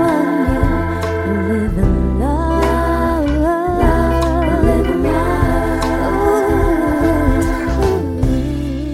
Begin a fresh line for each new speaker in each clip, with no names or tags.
one you live in love, live in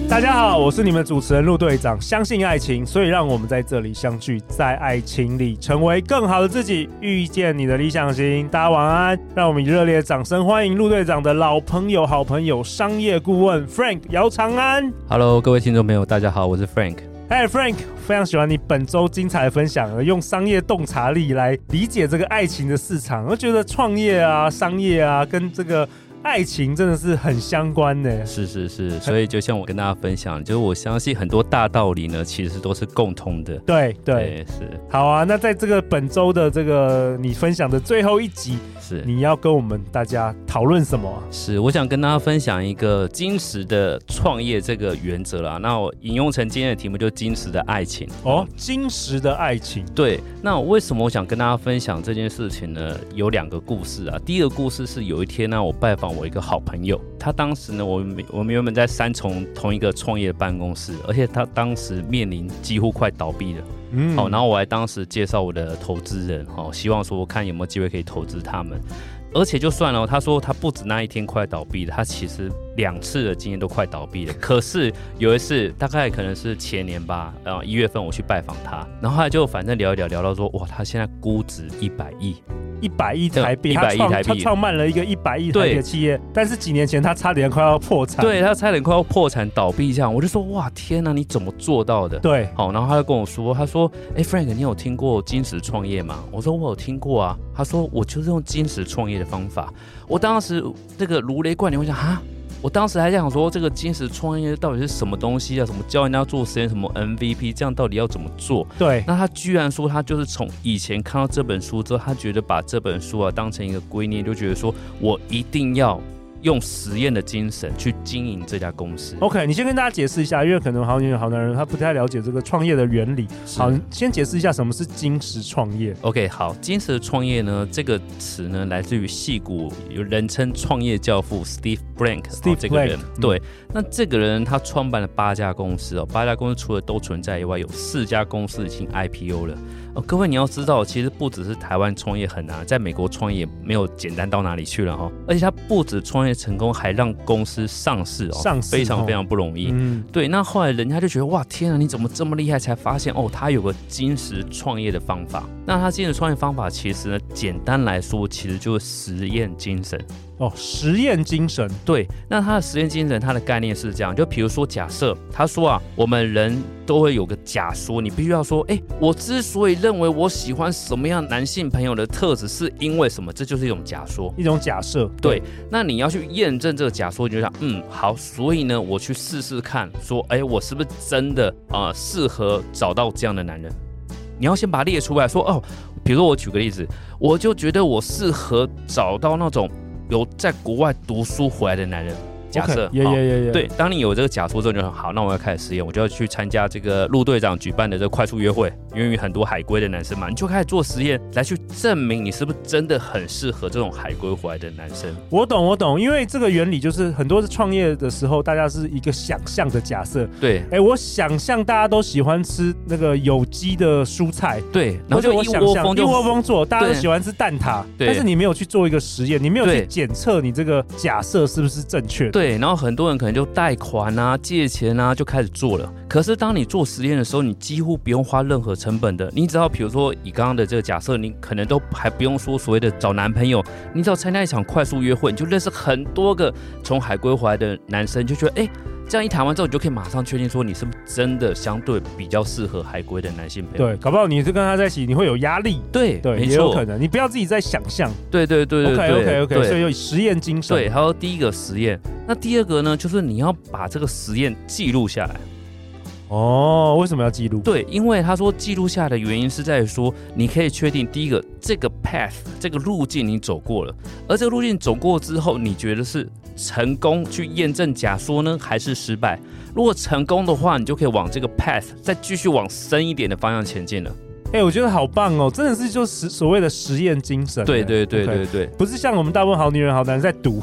love.
大家好，我是你们主持人陆队长。相信爱情，所以让我们在这里相聚，在爱情里成为更好的自己，遇见你的理想型。大家晚安，让我们以热烈的掌声欢迎陆队长的老朋友、好朋友、商业顾问 Frank 姚长安。
Hello，各位听众朋友，大家好，我是 Frank。
嗨 Frank，非常喜欢你本周精彩的分享，用商业洞察力来理解这个爱情的市场，我觉得创业啊、商业啊，跟这个爱情真的是很相关的。
是 是是，所以就像我跟大家分享，就是我相信很多大道理呢，其实都是共通的。
对对，
是
好啊，那在这个本周的这个你分享的最后一集，
是
你要跟我们大家讨论什么啊？
是，我想跟大家分享一个金石的创业这个原则啦。那我引用成今天的题目就是金石的爱情。
哦，金石的爱情，
对，那为什么我想跟大家分享这件事情呢？有两个故事啊。第一个故事是有一天呢、我拜访我一个好朋友，他当时呢，我们我们原本在三重同一个创业办公室，而且他当时面临几乎快倒闭了。
嗯
好、然后我还当时介绍我的投资人，哦，希望说我看有没有机会可以投资他们。而且就算了，他说他不止那一天快倒闭了，他其实两次的经验都快倒闭了。可是有一次，大概可能是前年吧，呃，一月份我去拜访他，然后后来就反正聊一聊，聊到说，哇，他现在估值一百亿，
一百亿台币，
对
他
100亿
创
台币
他创办了一个一百亿台币的
对
企业，但是几年前他差点快要破产。
对他差点快要破产倒闭这样，我就说，哇，天哪，你怎么做到的？
对，
好，然后他就跟我说，他说：“哎，Frank，你有听过金石创业吗？”我说：“我有听过啊。”他说：“我就是用金石创业的方法。”我当时这个如雷贯顶，我想哈，我当时还想说，这个金石创业到底是什么东西啊？什么教人家做实验，什么 MVP，这样到底要怎么做？
对，
那他居然说，他就是从以前看到这本书之后，他觉得把这本书啊当成一个圭臬，就觉得说我一定要用实验的精神去经营这家公司。
OK，你先跟大家解释一下，因为可能好女人、好男人他不太了解这个创业的原理。
是
好，先解释一下什么是金石创业。
OK，好，金石创业呢这个词呢，来自于戏骨有人称创业教父 Steve Blank 哦
Steve
这个人
Blank，嗯
对，那这个人他创办了八家公司哦，八家公司除了都存在以外，有四家公司已经 IPO 了哦。各位你要知道，其实不只是台湾创业很难，在美国创业没有简单到哪里去了哈、哦，而且他不止创业成功，还让公司上市哦，
上市
非
哦
常非常不容易。
嗯，
对，那后来人家就觉得哇，天啊，你怎么这么厉害？才发现哦，他有个金石创业的方法。那他金石创业方法其实呢，简单来说，其实就是实验精神。
哦，实验精神。
对，那他的实验精神，他的概念是这样，就比如说假设，他说啊，我们人都会有个假说，你必须要说，哎，我之所以认为我喜欢什么样男性朋友的特质，是因为什么？这就是一种假说。
一种假设，
对，那你要去验证这个假说，你就想，嗯，好，所以呢，我去试试看，说，哎，我是不是真的啊、呃适合找到这样的男人？你要先把它列出来，说，哦，比如说我举个例子，我就觉得我适合找到那种有在国外读书回来的男人。假设
OK，也
好
也也也，
对，当你有这个假说之后，你就很好，那我要开始实验，我就要去参加这个陆队长举办的这个快速约会，因为很多海归的男生嘛，你就开始做实验来去证明你是不是真的很适合这种海归回来的男生。
我懂我懂，因为这个原理就是很多是创业的时候，大家是一个想象的假设。
对
哎，我想象大家都喜欢吃那个有机的蔬菜，
对，然后就
我
一
想
窝
象
蜂
一
就
窝蜂做，大家都
对
喜欢吃蛋挞，
对
但是你没有去做一个实验，你没有去
对
检测你这个假设是不是正确的。
对，然后很多人可能就贷款啊、借钱啊，就开始做了。可是当你做实验的时候，你几乎不用花任何成本的。你只要比如说以刚刚的这个假设，你可能都还不用说所谓的找男朋友，你只要参加一场快速约会，你就认识很多个从海归回来的男生，就觉得哎。诶这样一谈完之后，你就可以马上确定说你是不是真的相对比较适合海归的男性朋友。
对，搞不好你是跟他在一起，你会有压力。
对
对，
没
也有
错
可，能，你不要自己在想象。
对对对对
OK
对
OK OK，
对
所以有实验精神。
对，，还有第一个实验，那第二个呢，就是你要把这个实验记录下来。
哦，为什么要记录？
对，因为他说记录下来的原因是在于说，你可以确定第一个这个 path 这个路径你走过了，而这个路径走过之后，你觉得是成功去验证假说呢，还是失败？如果成功的话，你就可以往这个 path 再继续往深一点的方向前进了。
哎、我觉得好棒哦，真的是就实所谓的实验精神。
对对对
OK
对对
不是像我们大部分好女人、好男人在赌，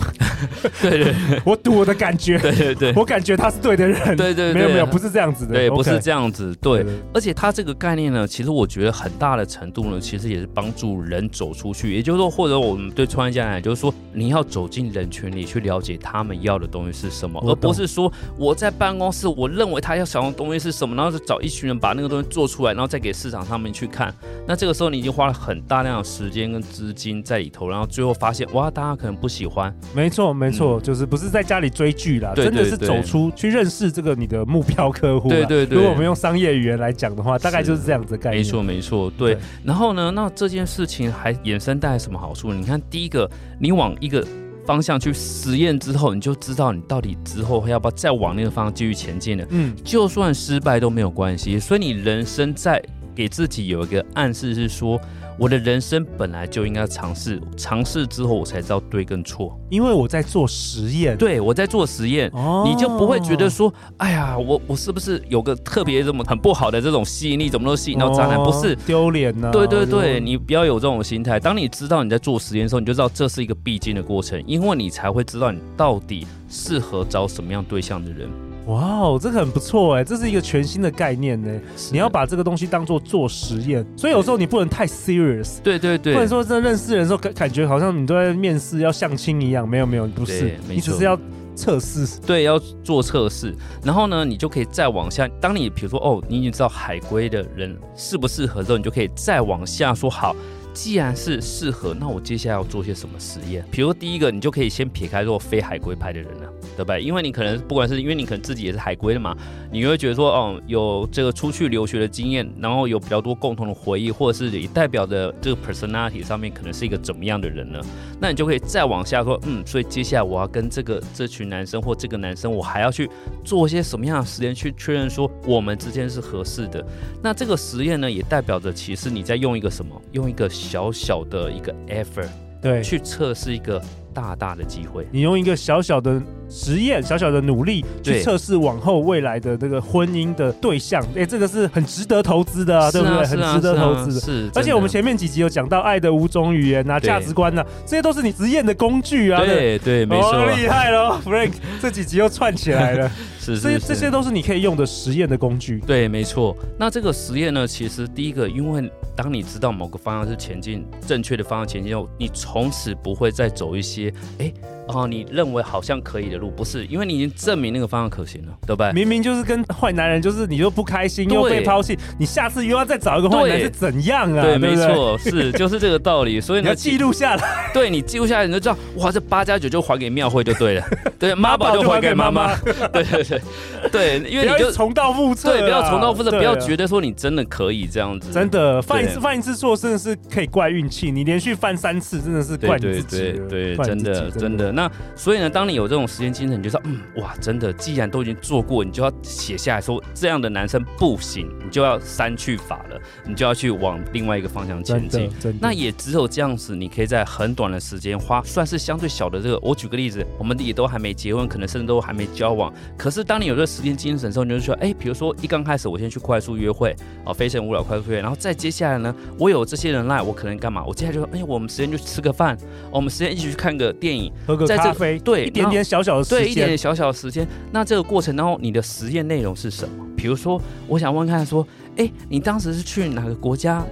对对
我赌我的感觉，
对对对
我感觉他是对的人。
对对，
没有没有，不
是
是这样子的。
对，不
OK
是这样子，对。
对
而且它这个概念呢，其实我觉得很大的程度呢，其实也是帮助人走出去，也就是说，或者我们对创业家来讲，就是说你要走进人群里去了解他们要的东西是什么，
我
而不
懂
是说我在办公室我认为他要想要的东西是什么，然后就找一群人把那个东西做出来，然后再给市场上面去看。那这个时候你已经花了很大量的时间跟资金在里头，然后最后发现哇，大家可能不喜欢，
没错没错，就是不是在家里追剧啦，
嗯对
真的是
对
走
对
出去认识这个你的目标客户啦。
对对对
如果我们用商业语言来讲的话，大概就是这样子的概念。
没错，没错，对
对。
然后呢，那这件事情还衍生带来什么好处？你看，第一个，你往一个方向去实验之后，你就知道你到底之后要不要再往那个方向继续前进了。
嗯，
就算失败都没有关系，所以你人生在给自己有一个暗示，是说我的人生本来就应该尝试，尝试之后我才知道对跟错。
因为我在做实验。
对我在做实验，
哦
你就不会觉得说，哎呀，我我是不是有个特别这么很不好的这种吸引力，怎么都吸引到渣男？不是
哦，丢脸呢？
对对
就
对，你不要有这种心态。当你知道你在做实验的时候，你就知道这是一个必经的过程，因为你才会知道你到底适合找什么样对象的人。
哇哦，这个很不错哎，这是一个全新的概念呢。
是
你要把这个东西当做做实验，所以有时候你不能太 serious，
对对
不
对
能，说真的认识人的时候感感觉好像你都在面试要相亲一样。没有没有，你不是
对，没
你只
错
是要测试。
对，要做测试，然后呢，你就可以再往下。当你比如说哦，你已经知道海归的人适不适合之后，你就可以再往下说好。既然是适合，那我接下来要做些什么实验？比如说第一个，你就可以先撇开做非海归派的人了，对不对？因为你可能不管是因为你可能自己也是海归的嘛，你会觉得说，哦，有这个出去留学的经验，然后有比较多共同的回忆，或者是也代表的这个 personality 上面可能是一个怎么样的人呢？那你就可以再往下说，嗯，所以接下来我要跟这个这群男生或这个男生，我还要去做一些什么样的实验，去确认说我们之间是合适的。那这个实验呢，也代表着其实你在用一个什么，用一个小小的一个 effort
对，
去测试一个大大的机会。
你用一个小小的实验、小小的努力去
对
测试往后未来的这个婚姻的对象，哎、这个是很值得投资的、啊，对不对？
是
很
啊
值得
是啊
投资的。
是，啊
而且
真
我们
的
前面几集有讲到爱的五种语言啊、
对
价值观啊，这些都是你实验的工具啊。
对对，
不
没错，
哦，厉害喽 ，Frank，这几集又串起来了。
是
这
是
些
是
这些都是你可以用的实验的工具。
对，没错。那这个实验呢，其实第一个，因为当你知道某个方向是前进正确的方向前进后，你从此不会再走一些，哎，哦，你认为好像可以的路，不是，因为你已经证明那个方向可行了，对不对？
明明就是跟坏男人，就是你又不开心，
对
又被抛弃，你下次又要再找一个坏男人
对
是怎样啊？
对，
不
没 错，是就是这个道理。所以
你要
呢，
记录下来，
其，对你记录下来，你就知道，哇，这八加九就还给庙会就对 了，对，妈
宝
宝就
就还
还
给
给
妈
妈
妈
妈， 对对对对，因为
不要
你
一直
就
重蹈覆辙啊。
对，不要重蹈覆辙，不要
对啊
觉得说你真的可以这样子，
真的犯一
对
次犯一次错，真的是可以怪运气。你连续犯三次，真的是怪
对
你自己
对对
了。
对，
怪
真
你自己
的真。的。那所以呢，当你有这种实验精神，你就知道，嗯，哇，真的，既然都已经做过，你就要写下来说这样的男生不行，你就要删去法了，你就要去往另外一个方向
真的
前进。
真的，
那也只有这样子，你可以在很短的时间花，算是相对小的这个。我举个例子，我们也都还没结婚，可能甚至都还没交往。可是当你有这个时间精神的时候，你就说，哎，比如说一刚开始我先去快速约会，啊，非诚勿扰快速约会，然后再接下来呢，我有这些人来，我可能干嘛？我接下来就说，哎，我们时间去吃个饭，哦我们时间一起去看个电影，
喝个
在这
咖啡，
对
一点点小小的时
对，一点
间
点，小小的时间。那这个过程当中，你的实验内容是什么？比如说，我想问看说，哎，你当时是去哪个国家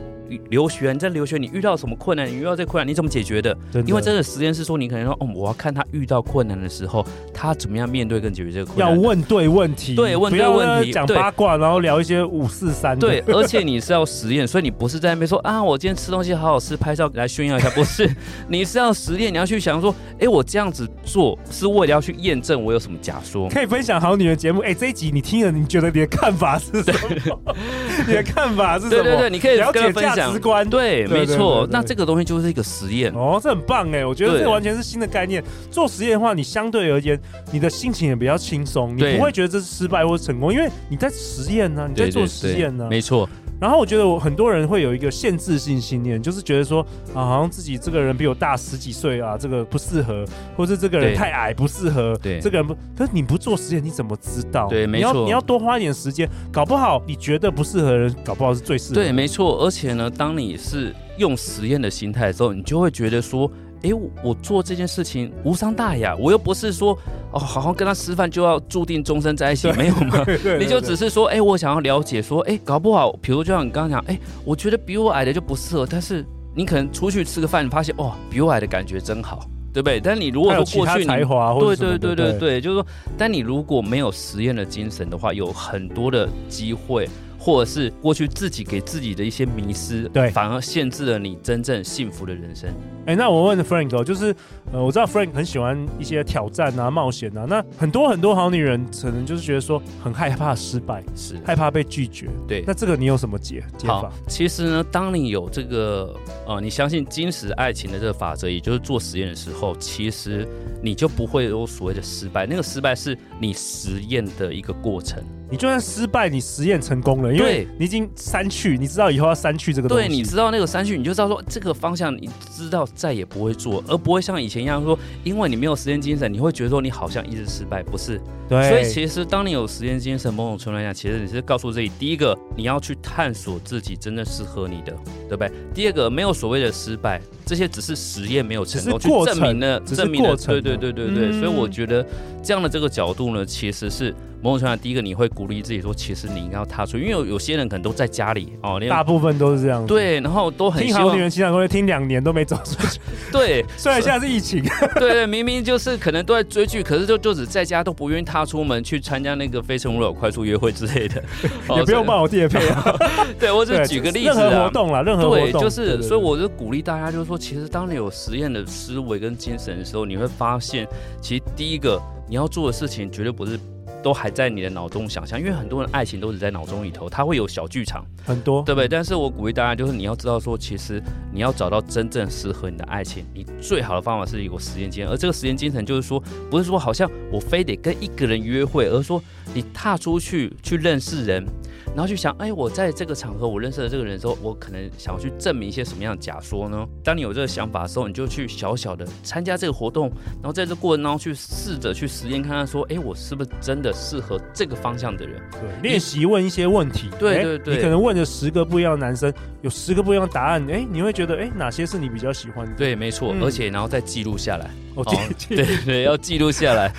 留学？你在留学，你遇到什么困难？你遇到这个困难，你怎么解决的？
真的
因为这个实验是说，你可能说，哦，我要看他遇到困难的时候，他怎么样面对跟解决这个困
要
难。
问对问题，
对问
不
对
要
问题
讲
对
八卦，然后聊一些五四三。
对，，而且你是要实验，所以你不是在那边说啊，我今天吃东西好好吃，拍照来炫耀一下，不是， 你是要实验，你要去想说，哎，我这样子做是为了要去验证我有什么假说。
可以分享好女人节目。哎，这一集你听了，你觉得你的看法是什么？ 你的看法是什么？
对对对，你可以
了
跟
解
他分
价
享
值。观。
对，
对
没
对对
错
对。
那这个东西就是一个实验。
哦，这很棒哎！我觉得
对
这完全是新的概念。做实验的话，你相对而言，你的心情也比较轻松，你
对
不会觉得这是失败或成功，因为你在实验呢、你在
对
做
对
实验呢、啊
对没错。
然后我觉得我很多人会有一个限制性信念，就是觉得说啊，好像自己这个人比我大十几岁啊，这个不适合，或是这个人
对
太矮不适合，
对
这个人不，可是你不做实验你怎么知道？
对没
你要
错
你要多花一点时间，搞不好你觉得不适合的人，搞不好是最适合的。
对，没错。而且呢，当你是用实验的心态的时候，你就会觉得说，诶，我我做这件事情无伤大雅，我又不是说哦，好像跟他吃饭就要注定终身在一起，没有吗？
对，对
你就
对
只是说，诶，我想要了解，说，诶，搞不好，比如就像你刚刚讲，诶，我觉得比我矮的就不适合，但是你可能出去吃个饭，你发现哇，比我矮的感觉真好，对不对？但你如果
还有
说
其
过
他
去你
才华或者
对
哦什么
对
的，
对对对，就是说，但你如果没有实验的精神的话，有很多的机会，或者是过去自己给自己的一些迷失，
对
反而限制了你真正幸福的人生。
哎、那我问 Frank，哦就是呃，我知道 Frank 很喜欢一些挑战啊、冒险啊。那很多很多好女人可能就是觉得说很害怕失败，
是，
害怕被拒绝。
对
那。这个你有什么解解
好
法？，
其实呢，当你有这个呃，你相信金石爱情的这个法则，也就是做实验的时候，其实你就不会有所谓的失败。那个失败是你实验的一个过程。
你就算失败，你实验成功了，因为
对
你已经删去，你知道以后要删去这个东西。
对，你知道那个三训，你就知道说这个方向，你知道再也不会做，而不会像以前一样说，因为你没有实验精神，你会觉得说你好像一直失败，不是？
对，
所以其实当你有实验精神，某种程度来讲，其实你是告诉自己，第一个你要去探索自己真正适合你的，对不对？第二个没有所谓的失败，这些只是实验没有成功，
只是过
去
程
证明了，
只是
证明了，
过程
对对对对对。
嗯
所以我觉得这样的这个角度呢，其实是某种程度上，第一个你会鼓励自己说，其实你应该要踏出，因为有有些人可能都在家里哦，你
大部分都是这样子。。
对，然后都很
听
希
好
望
女人情感攻略听两年都没走出 去，
对
虽然现在是疫情，
对对，明明就是可能都在追剧，可是就就只在家都不愿意踏出门去参加那个《非诚勿扰》快速约会之类 哦的，
也不用
报。
帮我垫配 啊。
对，我只
对，
举个例子
任何活
啊。
动啦，任何活
对，
动，
就是，
对
所以我就鼓励大家，就是说，其实当你有实验的思维跟精神的时候，你会发现，其实第一个你要做的事情，绝对不是都还在你的脑中想象，因为很多人爱情都只在脑中里头，它会有小剧场，
很多
对不对？但是我鼓励大家，就是你要知道说，其实你要找到真正适合你的爱情，你最好的方法是有实验精神，而这个实验精神就是说，不是说好像我非得跟一个人约会，而是说你踏出去去认识人，然后去想，哎，我在这个场合我认识了这个人之后，我可能想要去证明一些什么样的假说呢？当你有这个想法的时候，你就去小小的参加这个活动，然后在这过程当中去试着去实验看看，说，哎，我是不是真的适合这个方向的人？
对练习问一些问题，
对
诶
对对
你可能问了十个不一样的男生，有十个不一样的答案，哎，你会觉得哎哪些是你比较喜欢的？
对，没错，
嗯
而且然后再记录下来。
我
哦
记记
对对，要记录下来。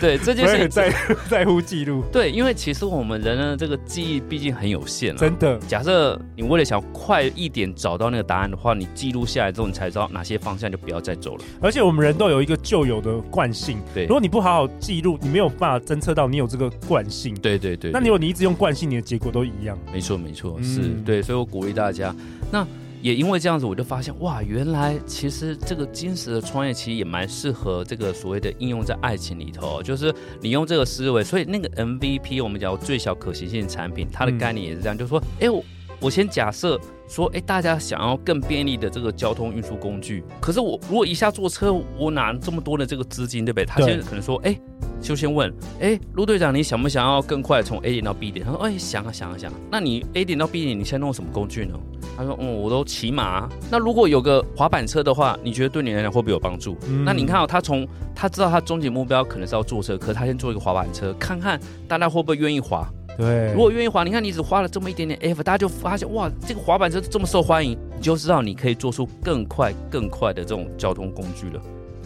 对这嗯件
我也
事
很在
情，
乎在乎记录，
对，因为其实我们人的这个记忆毕竟很有限了。
真的
假设你为了想快一点找到那个答案的话，你记录下来之后，你才知道哪些方向就不要再走了。
而且我们人都有一个旧有的惯性，
对
如果你不好好记录，你没有办法侦测到你有这个惯性。
对对对，
那你如果你一直用惯性，你的结果都一样。
没错没错，
嗯
是对，所以我鼓励大家。那也因为这样子，我就发现哇，原来其实这个金石的创业其实也蛮适合这个所谓的应用在爱情里头，哦就是你用这个思维，所以那个 MVP 我们讲最小可行性产品，它的
嗯
概念也是这样，就是说，哎，我我先假设。说，哎，大家想要更便利的这个交通运输工具，可是我如果一下坐车，我哪这么多的这个资金，对不对？他
对
先可能说，哎，就先问，哎，陆队长，你想不想要更快从 A 点到 B 点？他说，哎，想啊想啊想啊。那你 A 点到 B 点，你现在弄什么工具呢？他说，嗯，我都骑马啊、那如果有个滑板车的话，你觉得对你来讲会不会有帮助？
嗯
那你看哦，他从他知道他终极目标可能是要坐车，可是他先做一个滑板车，看看大家会不会愿意滑。
对，
如果愿意滑，你看你只花了这么一点点 F，大家就发现哇，这个滑板车这么受欢迎，你就知道你可以做出更快、更快的这种交通工具了。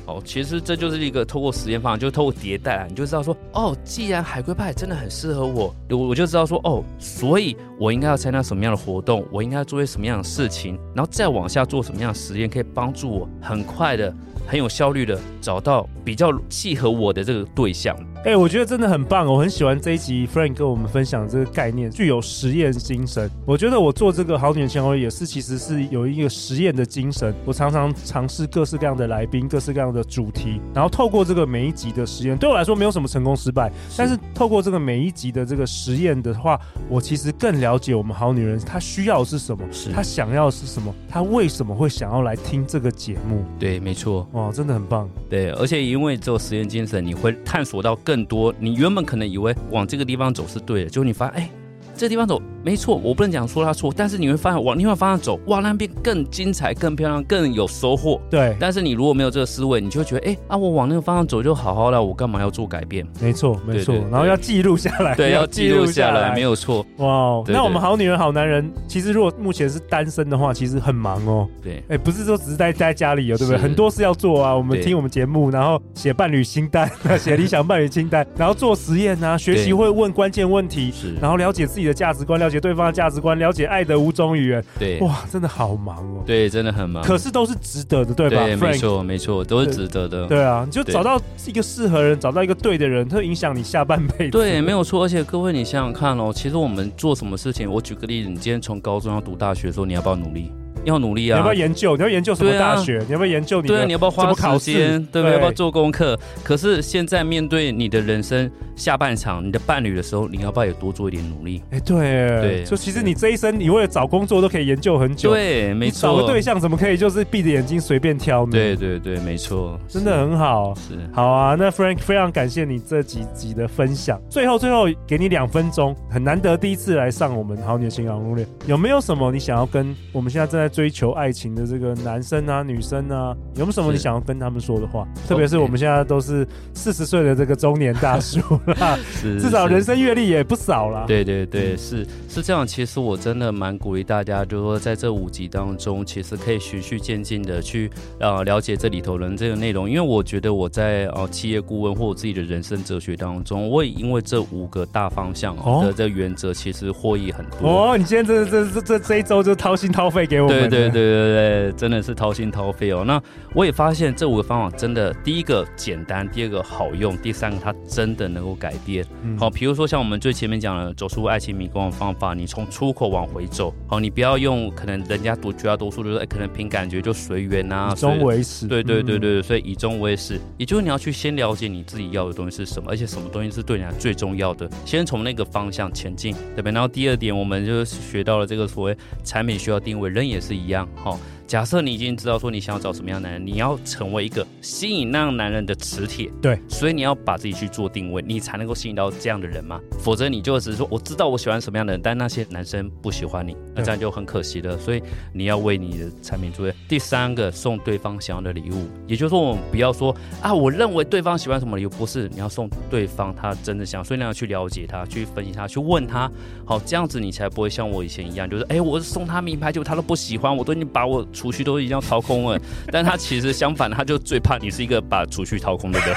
哦，其实这就是一个透过实验方法，就是透过迭代啊，你就知道说，哦，既然海龟派真的很适合我，我我就知道说，哦，所以我应该要参加什么样的活动，我应该要做些什么样的事情，然后再往下做什么样的实验，可以帮助我很快的、很有效率的找到比较契合我的这个对象。
哎、我觉得真的很棒，我很喜欢这一集 Frank 跟我们分享这个概念，具有实验精神。我觉得我做这个好女人相会也是，其实是有一个实验的精神。我常常尝试各式各样的来宾，各式各样的主题，然后透过这个每一集的实验，对我来说没有什么成功失败，但是透过这个每一集的这个实验的话，我其实更了解我们好女人她需要的是什么，
是
她想要的是什么，她为什么会想要来听这个节目。
对，没错。
哇，真的很棒。
对，而且因为只有实验精神，你会探索到更多。你原本可能以为往这个地方走是对的，结果你发现，哎，这个地方走没错，我不能讲说他错，但是你会发现往另外方向走，哇，那边更精彩、更漂亮、更有收获。
对，
但是你如果没有这个思维，你就会觉得，哎、啊，我往那个方向走就好好了，我干嘛要做改变？
没错，没错
对对。对
然后要记录下来，
对，要记录下来，没有错。
哇哦，
对对
那我们好女人好男人，其实如果目前是单身的话，其实很忙哦。
对，
哎，不是说只是待在家里哦，对不对？
是
很多事要做啊。我们
对
听我们节目，然后写伴侣清 单，写理想伴侣清单，然后做实验啊，学习
对
会问关键问题，
是，
然后了解自己的价值观，了解对方的价值观，了解爱的五种语言。
对，
哇，真的好忙哦。
对，真的很忙。
可是都是值得的，对吧
对，没
？Frank，
错，没错，都是值得的。
对啊，你就
对
找到一个适合人，找到一个对的人，它会影响你下半辈子。
对，没有错。而且各位，你想想看哦，其实我们做什么事情，我举个例子，你今天从高中要读大学的时候，你要不要努力？要努力
你
啊！
要不要研究？你要研究什么
对啊
大学？你要不要研究你
对啊，你
的？
要不要
怎
花
么考
时
试
间？对不
对
对？要不要做功课？可是现在面对你的人生下半场，你的伴侣的时候，你要不要也多做一点努力？
哎，对，
对
就其实你这一生，你为了找工作都可以研究很久。，
对，没
找
错
个。对象怎么可以就是闭着眼睛随便挑呢？
对，对对，没错，
真的很好。
是
好啊，那 Frank 非常感谢你这几集的分享。最后，最后给你两分钟，很难得第一次来上我们《好女人情感攻略》，有没有什么你想要跟我们现在正在追求爱情的这个男生啊、女生啊，有没有什么
是
你想要跟他们说的话？特别是我们现在都是四十岁的这个中年大叔啦，
是，
至少
是
人生阅历也不少啦。
对对对，是是这样。其实我真的蛮鼓励大家，就是说在这五集当中，其实可以循序渐进的去呃了解这里头人这个内容，因为我觉得我在呃企业顾问或我自己的人生哲学当中，我也因为这五个大方向
哦
哦的这原则，其实获益很多。
哦，你今天这这这这这一周就掏心掏肺给我们
对
了，
对对对对，真的是掏心掏肺哦。那我也发现这五个方法真的，第一个简单，第二个好用，第三个它真的能够改变。
嗯
好，比如说像我们最前面讲的，走出爱情迷宫的方法，你从出口往回走。好，你不要用可能人家多绝大多数就是、哎可能凭感觉就随缘啊，
以终
随
为始。
对对对
嗯，
对，所以以终为始，也就是你要去先了解你自己要的东西是什么，而且什么东西是对你来最重要的，先从那个方向前进，对吧？然后第二点，我们就是学到了这个所谓产品需要定位，人也是一样，哈、假设你已经知道说你想要找什么样的男人，你要成为一个吸引那样男人的磁铁，
对，
所以你要把自己去做定位，你才能够吸引到这样的人嘛。否则你就只是说我知道我喜欢什么样的人，但那些男生不喜欢你，那
对
这样就很可惜了。所以你要为你的产品做。第三个，送对方想要的礼物，也就是说，我们不要说啊，我认为对方喜欢什么礼物，不是，你要送对方他真的想，所以你要去了解他，去分析他，去问他，好，这样子你才不会像我以前一样，就是哎、我送他名牌，结果他都不喜欢，我都已经把我储蓄都已经要掏空了， 但他其实相反，他就最怕你是一个把储蓄掏空的人，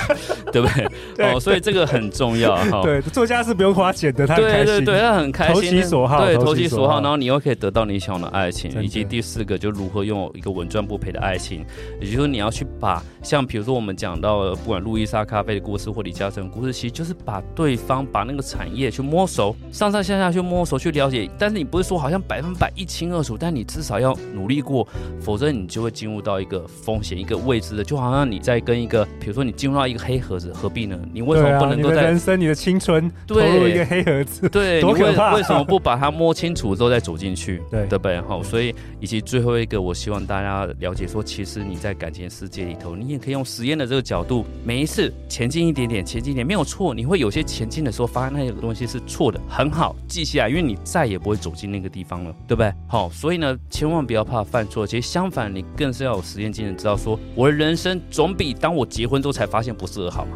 对不对？
对
哦，所以这个很重要哈。
对做家是不用花钱的，他很
对
开
哦对
心。
对，啊他很开心，
投其所好
对，
投
投
其
其
所
所
好
好，然后你又可以得到你想要的爱
真
情，
的
以及第四个就如何拥有一个稳赚不赔的爱情，也就是说你要去把像比如说我们讲到呃的不管路易莎咖啡的故事或李嘉诚的故事，其实就是把对方把那个产业去摸熟，上上下下去摸熟去了解，但是你不是说好像百分百一清二楚，但你至少要努力过，否则你就会进入到一个风险一个未知的，就好像你在跟一个比如说你进入到一个黑盒子，何必呢？你为什
对
么
啊
不能够
你的
在
人生、你的青春投
对
入一个黑盒 子？
对，
多
你为
可怕
为什么不把它摸清楚之后再走进去？
对
对不对？好，所以以及最后一个，我希望大家了解说，其实你在感情世界里头，你也可以用实验的这个角度，每一次前进一点点，前进一点，没有错，你会有些前进的时候发现那个东西是错的，很好，记下来，因为你再也不会走进那个地方了，对不对？好，所以呢，千万不要怕犯错，其实相反，你更是要有实验精神，知道说我的人生总比当我结婚之后才发现不适合好嘛。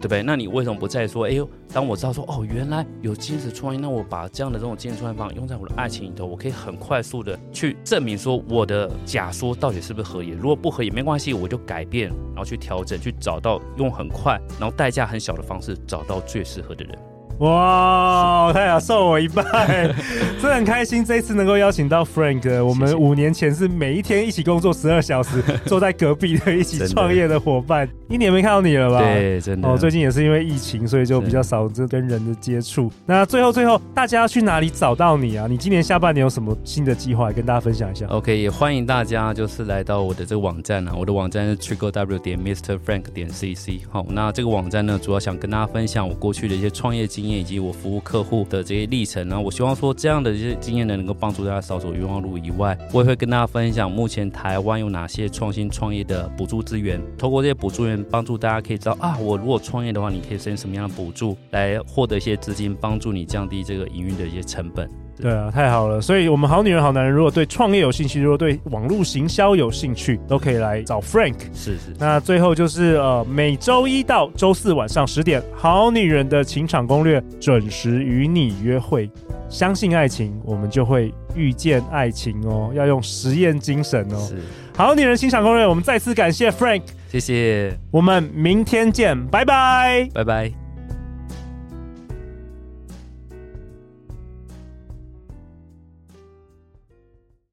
对不对？那你为什么不再说？哎呦，当我知道说哦，原来有精子创业，那我把这样的这种精子创业方法用在我的爱情里头，我可以很快速的去证明说我的假说到底是不是合理。如果不合理，没关系，我就改变，然后去调整，去找到用很快，然后代价很小的方式找到最适合的人。
哇，太好，受我一拜， 真的很开心。这一次能够邀请到 Frank，我们
谢谢
五年前是每一天一起工作十二小 时，坐在隔壁的一起
真的
创业的伙伴，一年没看到你了吧？。
对，啊真的。
哦，最近也是因为疫情，所以就比较少这跟人的接触。那最后最后，大家要去哪里找到你啊？你今年下半年有什么新的计划，跟大家分享一下？
OK，也欢迎大家就是来到我的这个网站啊，我的网站是 triple w 点 mr frank 点 cc。好，那这个网站呢，主要想跟大家分享我过去的一些创业经验，以及我服务客户的这些历程啊。我希望说这样的一些经验呢，能够帮助大家少走冤枉路以外，我也会跟大家分享目前台湾有哪些创新创业的补助资源，透过这些补助源帮助大家可以知道啊，我如果创业的话，你可以申请什么样的补助来获得一些资金，帮助你降低这个营运的一些成本。
对啊，太好了！所以，我们好女人、好男人，如果对创业有兴趣，如果对网络行销有兴趣，都可以来找 Frank。
是是，
那最后就是呃，每周一到周四晚上十点，《好女人的情场攻略》准时与你约会。相信爱情，我们就会遇见爱情哦，要用实验精神哦。
是，
好女人情场攻略，我们再次感谢 Frank，
谢谢，
我们明天见，拜拜。
拜拜。